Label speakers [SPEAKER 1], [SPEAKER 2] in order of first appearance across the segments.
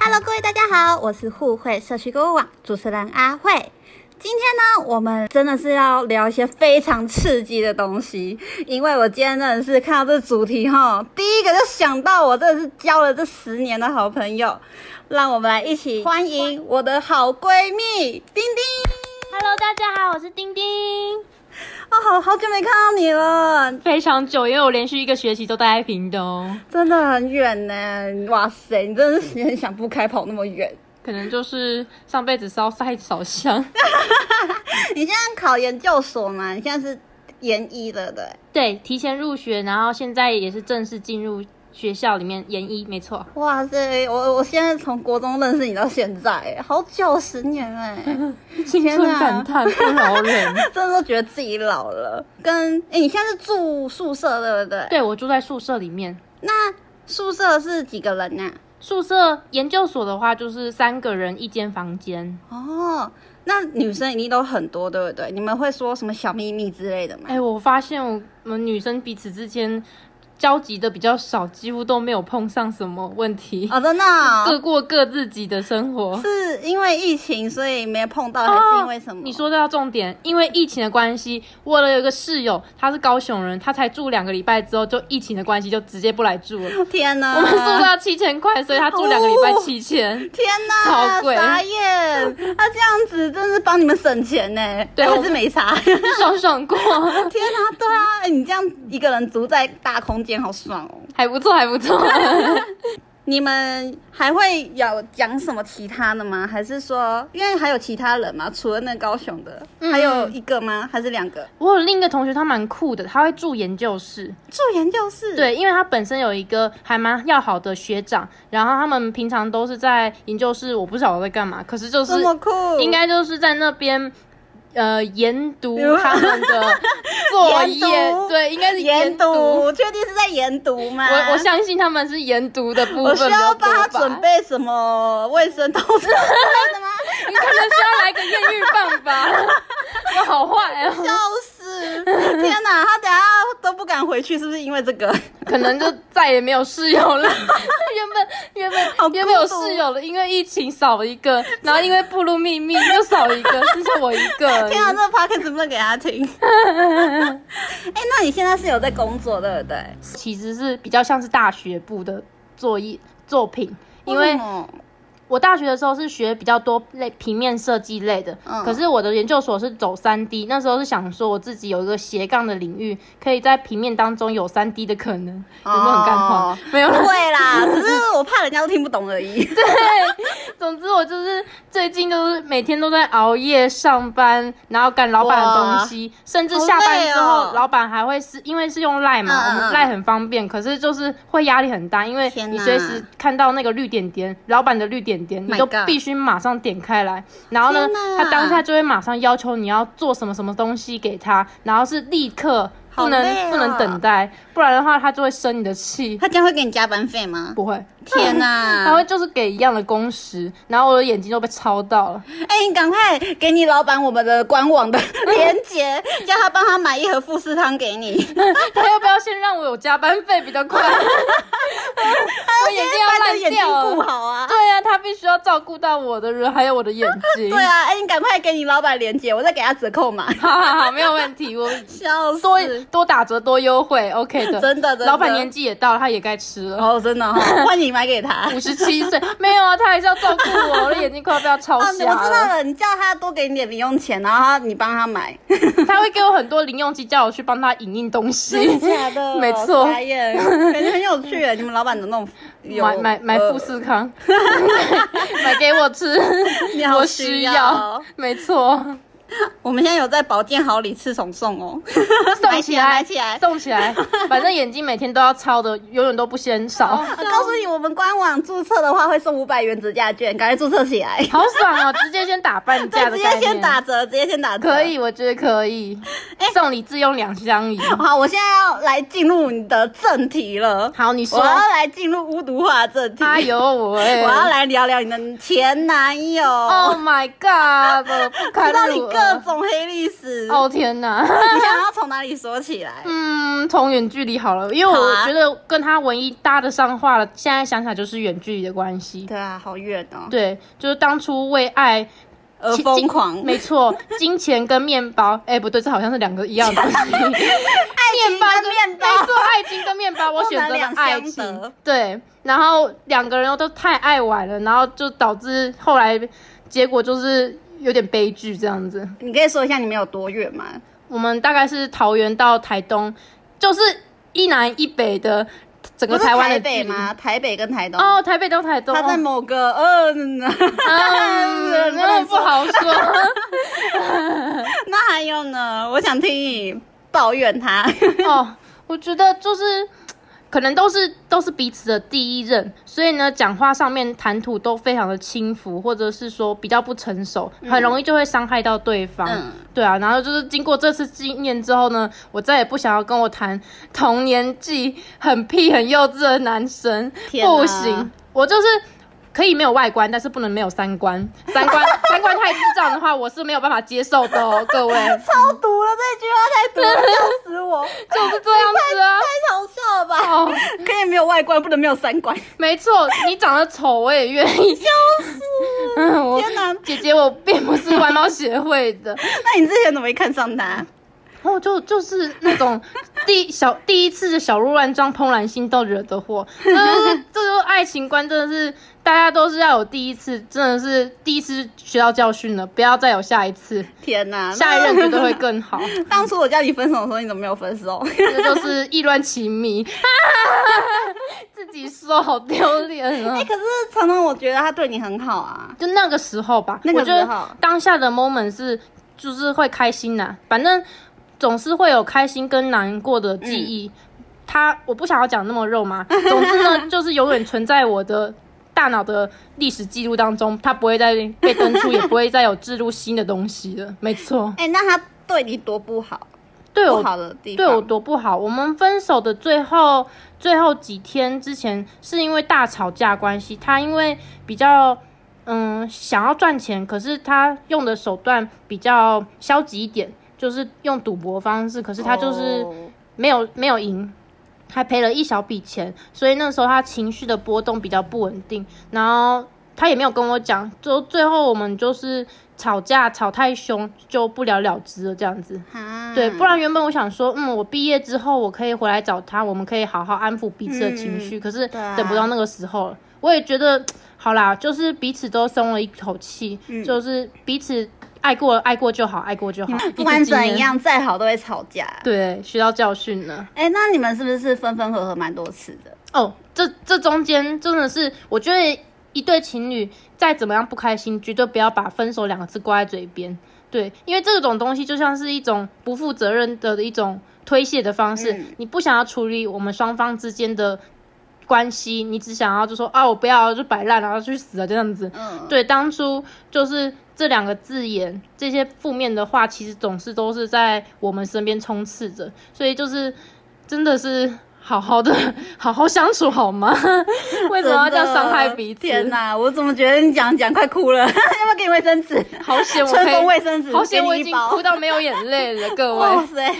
[SPEAKER 1] Hello，各位大家好，我是互惠社区购物网主持人阿慧。今天呢，我们真的是要聊一些非常刺激的东西，因为我今天真的是看到这主题哈，第一个就想到我真的是交了这十年的好朋友，让我们来一起欢迎我的好闺蜜丁丁。
[SPEAKER 2] Hello，大家好，我是丁丁。
[SPEAKER 1] 哦，好好久没看到你了，
[SPEAKER 2] 非常久，因为我连续一个学期都待在屏东，
[SPEAKER 1] 真的很远呢。哇塞，你真的是很想不开跑那么远。
[SPEAKER 2] 可能就是上辈子烧菜烧香。
[SPEAKER 1] 你现在考研究所嘛？你现在是研一了的欸。
[SPEAKER 2] 对，提前入学，然后现在也是正式进入学校里面研一，没错。
[SPEAKER 1] 哇塞，我我现在从国中认识你到现在欸，好久十年 哎，
[SPEAKER 2] 青
[SPEAKER 1] 天
[SPEAKER 2] 春
[SPEAKER 1] 啊
[SPEAKER 2] 感叹不饶人。
[SPEAKER 1] 真的都觉得自己老了。跟哎、你现在是住宿舍对不对？
[SPEAKER 2] 对我住在宿舍里面，
[SPEAKER 1] 那宿舍是几个人啊呐、
[SPEAKER 2] 宿舍研究所的话就是三个人一间房间。
[SPEAKER 1] 哦，那女生一定都很多，对不对？你们会说什么小秘密之类的吗？
[SPEAKER 2] 哎、我发现我们女生彼此之间交集的比较少，几乎都没有碰上什么问题，
[SPEAKER 1] 哦，真的哦、
[SPEAKER 2] 各过各自己的生活。
[SPEAKER 1] 是因为疫情所以没碰到，还
[SPEAKER 2] 哦
[SPEAKER 1] 是因为什么？
[SPEAKER 2] 你说到重点，因为疫情的关系，我了有一个室友，他是高雄人，他才住两个礼拜之后，就疫情的关系就直接不来住了。
[SPEAKER 1] 天哪，
[SPEAKER 2] 我们宿舍要七千块，所以他住两个礼拜
[SPEAKER 1] 哦
[SPEAKER 2] 七 千。
[SPEAKER 1] 天哪，
[SPEAKER 2] 超贵
[SPEAKER 1] 傻眼！ 他、这样子真是帮你们省钱呢，
[SPEAKER 2] 对
[SPEAKER 1] 还
[SPEAKER 2] 我
[SPEAKER 1] 是没差。
[SPEAKER 2] 爽爽过，
[SPEAKER 1] 天啊，对啊，哎你这样一个人住在大空间，好爽哦！
[SPEAKER 2] 还不错，还不错。
[SPEAKER 1] 你们还会有讲什么其他的吗？还是说，因为还有其他人嘛？除了那高雄的，
[SPEAKER 2] 嗯
[SPEAKER 1] 还有一个吗？还是两个？
[SPEAKER 2] 我有另一个同学，他蛮酷的，他会住研究室。
[SPEAKER 1] 住研究室，，
[SPEAKER 2] 对，因为他本身有一个还蛮要好的学长，然后他们平常都是在研究室，我不晓得在干嘛，可是就是
[SPEAKER 1] 这么酷，
[SPEAKER 2] 应该就是在那边。呃，研读他们 的作业
[SPEAKER 1] 研，读
[SPEAKER 2] 对，应该是
[SPEAKER 1] 研
[SPEAKER 2] 读。
[SPEAKER 1] 读，确定是在研读吗？
[SPEAKER 2] 我我相信他们是研读的部
[SPEAKER 1] 我
[SPEAKER 2] 分
[SPEAKER 1] 需
[SPEAKER 2] 比较
[SPEAKER 1] 要
[SPEAKER 2] 多
[SPEAKER 1] 帮
[SPEAKER 2] 吧
[SPEAKER 1] 他。准备什么卫生套之类的 吗？
[SPEAKER 2] 你可能需要来个艳遇棒吧？ 我好坏哦，
[SPEAKER 1] 笑死！天哪，他等下都不敢回去，是不是因为这个？
[SPEAKER 2] 可能就再也没有室友了。 原本原
[SPEAKER 1] 好哦孤
[SPEAKER 2] 本
[SPEAKER 1] 独
[SPEAKER 2] 原本有室友了，因为疫情少了一个，然后因为步入秘密又少 一个，剩下我一个而已。
[SPEAKER 1] 天啊，这个 p o d c a s 不能给他 听。哎、那你现在是有在工作对不对？
[SPEAKER 2] 其实是比较像是大学部的作业作品，因为
[SPEAKER 1] 什么
[SPEAKER 2] 我大学的时候是学比较多类平面设计类的，
[SPEAKER 1] 嗯
[SPEAKER 2] 可是我的研究所是走三 D，那时候是想说我自己有一个斜杠的领域，可以在平面当中有三 D 的可能，有没有很干话？
[SPEAKER 1] 哦
[SPEAKER 2] 没有
[SPEAKER 1] 不
[SPEAKER 2] 啦。
[SPEAKER 1] 会 啦，只是我怕人家都听不懂而已。
[SPEAKER 2] 对，总之我就是最近都是每天都在熬夜上班，然后赶老板的东西，甚至下班
[SPEAKER 1] 好累
[SPEAKER 2] 之后，
[SPEAKER 1] 哦
[SPEAKER 2] 老板还会是因为是用赖嘛，
[SPEAKER 1] 嗯嗯
[SPEAKER 2] 我们赖很方便，可是就是会压力很大，因为
[SPEAKER 1] 天哪 Oh
[SPEAKER 2] 你随时看到那个绿点点，老板的绿点点，你
[SPEAKER 1] My
[SPEAKER 2] 都
[SPEAKER 1] God
[SPEAKER 2] 必须马上点开来，然后呢
[SPEAKER 1] 天哪，
[SPEAKER 2] 他当下就会马上要求你要做什么什么东西给他，然后是立刻。不能、
[SPEAKER 1] 好累哦
[SPEAKER 2] 不能等待，不然的话他就会生你的气。
[SPEAKER 1] 他这样会给你加班费吗？
[SPEAKER 2] 不会，
[SPEAKER 1] 天啊
[SPEAKER 2] 他
[SPEAKER 1] 哪
[SPEAKER 2] 会！就是给一样的工时，然后我的眼睛都被抄到了。
[SPEAKER 1] 哎、你赶快给你老板我们的官网的链 接，叫他帮他买一盒富士汤给你。
[SPEAKER 2] 他要不要先让我有加班费比较 快？我眼睛
[SPEAKER 1] 把你的
[SPEAKER 2] 要烂
[SPEAKER 1] 眼睛
[SPEAKER 2] 掉
[SPEAKER 1] 顾
[SPEAKER 2] 了。
[SPEAKER 1] 好啊！
[SPEAKER 2] 对呀、啊，他必须要照顾到我的人，还有我的眼 睛。
[SPEAKER 1] 对啊，哎、你赶快给你老板链接，我再给他折扣码。
[SPEAKER 2] 好好好，没有问题，我
[SPEAKER 1] 笑死！
[SPEAKER 2] 多多打折多优惠，OK 的。
[SPEAKER 1] 真的真的
[SPEAKER 2] 老板年纪也到了，他也该吃了。
[SPEAKER 1] 哦，真的哈、 哦，换你买给他。
[SPEAKER 2] 五十七岁没有啊，他还是要照顾我，我的眼睛快要被他抄
[SPEAKER 1] 哦，我知
[SPEAKER 2] 瞎
[SPEAKER 1] 道
[SPEAKER 2] 了。
[SPEAKER 1] 了，你叫他多给你点零用钱，然后他你帮他 买，
[SPEAKER 2] 他会给我很多零用钱，叫我去帮他影印东西。
[SPEAKER 1] 假的
[SPEAKER 2] 没错
[SPEAKER 1] 傻眼，感觉很有趣耶。你们老板的那种 有呃
[SPEAKER 2] 买买买富，士 康，买给我吃，
[SPEAKER 1] 你好
[SPEAKER 2] 我
[SPEAKER 1] 需
[SPEAKER 2] 需
[SPEAKER 1] 要
[SPEAKER 2] 要，没错，
[SPEAKER 1] 呃我们现在有在保健好礼吃虫送哦， 买
[SPEAKER 2] 送
[SPEAKER 1] 起
[SPEAKER 2] 起
[SPEAKER 1] 来
[SPEAKER 2] 来，
[SPEAKER 1] 买起来
[SPEAKER 2] 送起来，反正眼睛每天都要抄的，永远都不嫌少，
[SPEAKER 1] 我告诉你，我们官网注册的话会送五百元折价券，赶快注册起来。
[SPEAKER 2] 好爽哦！直接先打半价
[SPEAKER 1] 对，
[SPEAKER 2] 的
[SPEAKER 1] 直
[SPEAKER 2] 概
[SPEAKER 1] 接
[SPEAKER 2] 念，
[SPEAKER 1] 先打哎折，直接先打折。
[SPEAKER 2] 可。以，我觉得可以，送礼自用两相宜。
[SPEAKER 1] 好，我现在要来进入你的正题了。
[SPEAKER 2] 好，你说
[SPEAKER 1] 我，要来进入巫毒化正题。
[SPEAKER 2] 哎呦喂，
[SPEAKER 1] 我要来聊聊你的前男友。
[SPEAKER 2] 哦，Oh my God，我不
[SPEAKER 1] 哦知
[SPEAKER 2] 堪
[SPEAKER 1] 道你
[SPEAKER 2] 入
[SPEAKER 1] 个各种黑历史。
[SPEAKER 2] 哦天哪！
[SPEAKER 1] 你想要从哪里说起来？
[SPEAKER 2] 嗯，从远距离好了，因为
[SPEAKER 1] 好
[SPEAKER 2] 我
[SPEAKER 1] 啊
[SPEAKER 2] 觉得跟他唯一搭得上话了。现在想起来就是远距离的关系。
[SPEAKER 1] 对啊，好远哦，
[SPEAKER 2] 对，就是当初为爱，
[SPEAKER 1] 而
[SPEAKER 2] 其
[SPEAKER 1] 疯狂，
[SPEAKER 2] 没错，金钱跟面包， 哎、不对，这好像是两个一样的东西。
[SPEAKER 1] 爱情
[SPEAKER 2] 面包
[SPEAKER 1] 跟
[SPEAKER 2] 跟
[SPEAKER 1] 面包
[SPEAKER 2] 没错，爱情跟面包，我选择了爱
[SPEAKER 1] 不能两相得
[SPEAKER 2] 情。对，然后两个人又都太爱玩了，然后就导致后来结果就是有点悲剧这样子。
[SPEAKER 1] 你可以说一下你们有多远吗？
[SPEAKER 2] 我们大概是桃园到台东，就是一南一北的整
[SPEAKER 1] 不
[SPEAKER 2] 个
[SPEAKER 1] 是
[SPEAKER 2] 台湾的
[SPEAKER 1] 台
[SPEAKER 2] 距离
[SPEAKER 1] 北吗？台北跟台东。
[SPEAKER 2] 哦，台北到台东，
[SPEAKER 1] 他在某个嗯，
[SPEAKER 2] 嗯，
[SPEAKER 1] 不能
[SPEAKER 2] 那不
[SPEAKER 1] 说
[SPEAKER 2] 好说。
[SPEAKER 1] 那还有呢？我想听你抱怨他。
[SPEAKER 2] 哦，我觉得就是。可能都是都是彼此的第一任，所以呢，讲话上面谈吐都非常的轻浮，或者是说比较不成熟，很容易就会伤害到对方。
[SPEAKER 1] 嗯
[SPEAKER 2] 对啊，然后就是经过这次经验之后呢，我再也不想要跟我谈同年纪很屁很幼稚的男生，
[SPEAKER 1] 天哪
[SPEAKER 2] 不行，我就是。可以没有外观，但是不能没有三观。三观 三观太智障的话，我是没有办法接受的哦，各位。
[SPEAKER 1] 超毒了，这句话太毒了，笑死我！
[SPEAKER 2] 就是这样子啊。
[SPEAKER 1] 太好笑了吧？
[SPEAKER 2] 哦，
[SPEAKER 1] 可以没有外观，不能没有三观。
[SPEAKER 2] 没错，你长得丑我也愿意。就是，嗯， 我
[SPEAKER 1] 天哪
[SPEAKER 2] 姐姐，我并不是外貌协会的，
[SPEAKER 1] 那你之前怎么会看上他？
[SPEAKER 2] 哦，就就是那种第小第一次的小鹿乱撞，怦然心动惹的祸。这就是这就是爱情观，真的是大家都是要有第一次，真的是第一次学到教训了，不要再有下一 次，
[SPEAKER 1] 天哪！
[SPEAKER 2] 下一任绝对会更好。
[SPEAKER 1] 当初我叫你分手的时候，你怎么没有分手？
[SPEAKER 2] 这就是意乱情迷， 自己说好丢脸啊
[SPEAKER 1] 哎、！可是常常我觉得他对你很好啊。
[SPEAKER 2] 就那个时候吧，
[SPEAKER 1] 那个
[SPEAKER 2] 我觉得
[SPEAKER 1] 时候
[SPEAKER 2] 当下的 moment 是就是会开心呐、反正总是会有开心跟难过的记忆。
[SPEAKER 1] 嗯
[SPEAKER 2] 他我不想要讲那么肉麻， 总之呢，就是永远存在我的大脑的历史记录当中，它不会再被登出，也不会再有置入新的东西了。没错，
[SPEAKER 1] 哎、那他对你多不好？
[SPEAKER 2] 对
[SPEAKER 1] 不
[SPEAKER 2] 我
[SPEAKER 1] 好的地方？
[SPEAKER 2] 对我多不好。我们分手的最后最后几天之前，是因为大吵架关系。他因为比较嗯想要赚钱，可是他用的手段比较消极一点，就是用赌博方式。可是他就是
[SPEAKER 1] 哦
[SPEAKER 2] 没有、没有赢。还赔了一小笔钱，所以那时候他情绪的波动比较不稳定，然后他也没有跟我讲，就最后我们就是吵架吵太凶，就不了了之了这样子。
[SPEAKER 1] 啊
[SPEAKER 2] 对，不然原本我想说，嗯，我毕业之后我可以回来找他，我们可以好好安抚彼此的情绪。
[SPEAKER 1] 嗯
[SPEAKER 2] 可是
[SPEAKER 1] 对啊
[SPEAKER 2] 等不到那个时候了，我也觉得好啦，就是彼此都松了一口气，
[SPEAKER 1] 嗯
[SPEAKER 2] 就是彼此爱过爱过就好，爱过就好，
[SPEAKER 1] 不管怎
[SPEAKER 2] 一样，
[SPEAKER 1] 样，再好都会吵架。
[SPEAKER 2] 对，学到教训了。
[SPEAKER 1] 哎、那你们是不是分分合合蛮多次的？
[SPEAKER 2] 哦，这这中间真的是，我觉得一对情侣再怎么样不开心，绝对不要把分手两个字挂在嘴边。对，因为这种东西就像是一种不负责任的一种推卸的方式。
[SPEAKER 1] 嗯
[SPEAKER 2] 你不想要处理我们双方之间的关系，你只想要就说啊，我不要就摆烂，然后去死了这样子。
[SPEAKER 1] 嗯，
[SPEAKER 2] 对，当初就是这两个字眼，这些负面的话，其实总是都是在我们身边充斥着，所以就是真的是好好的好好相处好吗？ 为什么要这样伤害彼此？
[SPEAKER 1] 天哪，我怎么觉得你讲讲快哭了？要 不要给你卫 生纸？
[SPEAKER 2] 好险 我
[SPEAKER 1] 春
[SPEAKER 2] 可
[SPEAKER 1] 风卫
[SPEAKER 2] 以，
[SPEAKER 1] 生纸，
[SPEAKER 2] 好险我
[SPEAKER 1] 给你
[SPEAKER 2] 已
[SPEAKER 1] 一
[SPEAKER 2] 经
[SPEAKER 1] 包哦
[SPEAKER 2] 哭。到没有眼泪了，各位。
[SPEAKER 1] 哇塞！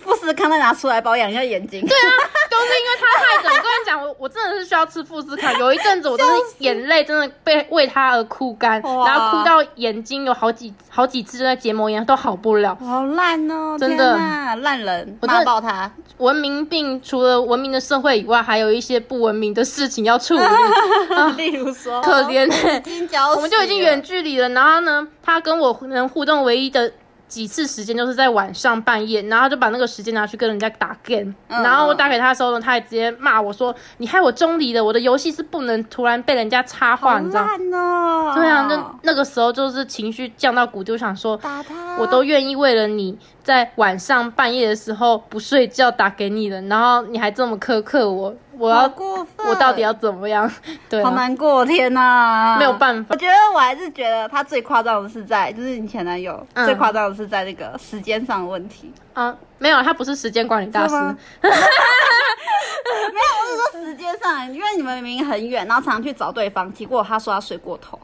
[SPEAKER 1] 富士康再拿出来保养一下眼睛。对啊，
[SPEAKER 2] 都是因为他害的。我跟你讲，我我真的是需要吃富士康。有一阵子，我真的是眼泪真的被为他而哭干，
[SPEAKER 1] 哇
[SPEAKER 2] 然后哭到眼睛有好几好几次在结膜炎都好不了。
[SPEAKER 1] 好烂哦！
[SPEAKER 2] 真的
[SPEAKER 1] 天哪烂人，
[SPEAKER 2] 我真
[SPEAKER 1] 骂
[SPEAKER 2] 的
[SPEAKER 1] 爆他。
[SPEAKER 2] 文明病除了文明的社会以外，还有一些不文明的事情要处理，
[SPEAKER 1] 例如说，
[SPEAKER 2] 啊可怜、
[SPEAKER 1] 已经脚，
[SPEAKER 2] 我们就已经远。距离了，然后呢，他跟我能互动唯一的几次时间就是在晚上半夜，然后他就把那个时间拿去跟人家打 game，、
[SPEAKER 1] 嗯
[SPEAKER 2] 然后我打给他的时候呢，他还直接骂我说：“你害我中离了，我的游戏是不能突然被人家插话，
[SPEAKER 1] 好
[SPEAKER 2] 你知道吗？”
[SPEAKER 1] 烂哦！
[SPEAKER 2] 对啊，那那个时候就是情绪降到谷底，我想说，
[SPEAKER 1] 打他，
[SPEAKER 2] 我都愿意为了你在晚上半夜的时候不睡觉打给你了，然后你还这么苛刻我，我要
[SPEAKER 1] 好过分，
[SPEAKER 2] 我到底要怎么样？ 对、
[SPEAKER 1] 好
[SPEAKER 2] 啊，
[SPEAKER 1] 难过，天哪，
[SPEAKER 2] 没有办法
[SPEAKER 1] 我觉得我还是觉得他最夸张的是在，就是你前男友、
[SPEAKER 2] 嗯
[SPEAKER 1] 最夸张的是在那个时间上的问题。
[SPEAKER 2] 啊，没有，他不是时间管理大师
[SPEAKER 1] 是，吗没有，我是说时间上，因为你们明明很远，然后常常去找对方，结果他说他睡过头。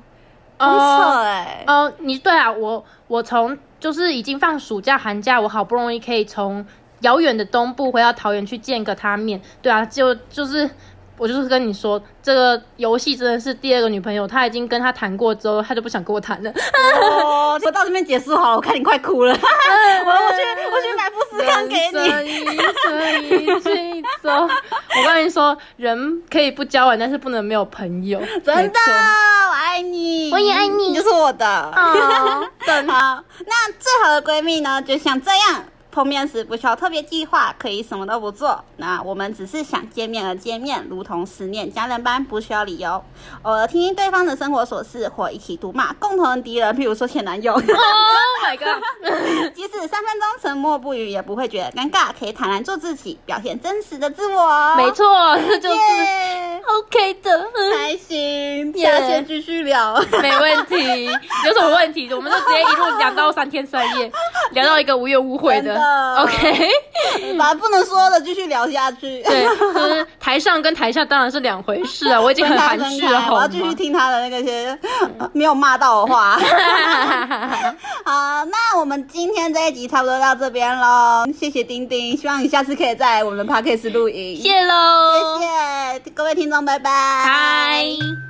[SPEAKER 1] 很扯哎、
[SPEAKER 2] 哦，你对啊，我我从就是已经放暑假寒假，我好不容易可以从遥远的东部回到桃园去见个他面。对啊，就就是我就是跟你说，这个游戏真的是第二个女朋友，她已经跟她谈过之后，她就不想跟我谈了。
[SPEAKER 1] 哦我到这边结束好了，我看你快 哭了，我我去我去买富士康给你。
[SPEAKER 2] 人生一醉一走，我跟你说，人可以不交往，但是不能没有朋友。
[SPEAKER 1] 真
[SPEAKER 2] 没
[SPEAKER 1] 的，
[SPEAKER 2] 错
[SPEAKER 1] 我爱你，
[SPEAKER 2] 我也爱你
[SPEAKER 1] 你就是我的。
[SPEAKER 2] 哦， 真的
[SPEAKER 1] 好，那最好的闺蜜呢，就像这样，碰面时不需要特别计划，可以什么都不做。那我们只是想见面而见面，如同思念家人般，不需要理由。偶尔听听对方的生活琐事，或一起毒骂共同的敌人， 譬如说前男友。
[SPEAKER 2] ，Oh my god！
[SPEAKER 1] 即使三分钟沉默不语，也不会觉得尴尬，可以坦然做自己，表现真实的自我。 哦
[SPEAKER 2] 没，错，这就是
[SPEAKER 1] 耶
[SPEAKER 2] OK 的。嗯
[SPEAKER 1] 开心，
[SPEAKER 2] 耶
[SPEAKER 1] 下线继续 聊。
[SPEAKER 2] 没问题，有什么问题？我们就直接一路聊到三天三 夜，聊到一个无怨无悔
[SPEAKER 1] 真的
[SPEAKER 2] OK，
[SPEAKER 1] 把不能说的继续聊下去。
[SPEAKER 2] 对，就是台上跟台下当然是两回事啊，我已经很含蓄了，
[SPEAKER 1] 我
[SPEAKER 2] 好
[SPEAKER 1] 要继续
[SPEAKER 2] 吗？
[SPEAKER 1] 听他的那个些呃没有骂到的 话。好，那我们今天这一集差不多到这边喽，谢谢丁丁，希望你下次可以在我们的 podcast 录影。
[SPEAKER 2] 谢喽，
[SPEAKER 1] 谢谢各位听众，拜拜。
[SPEAKER 2] 拜。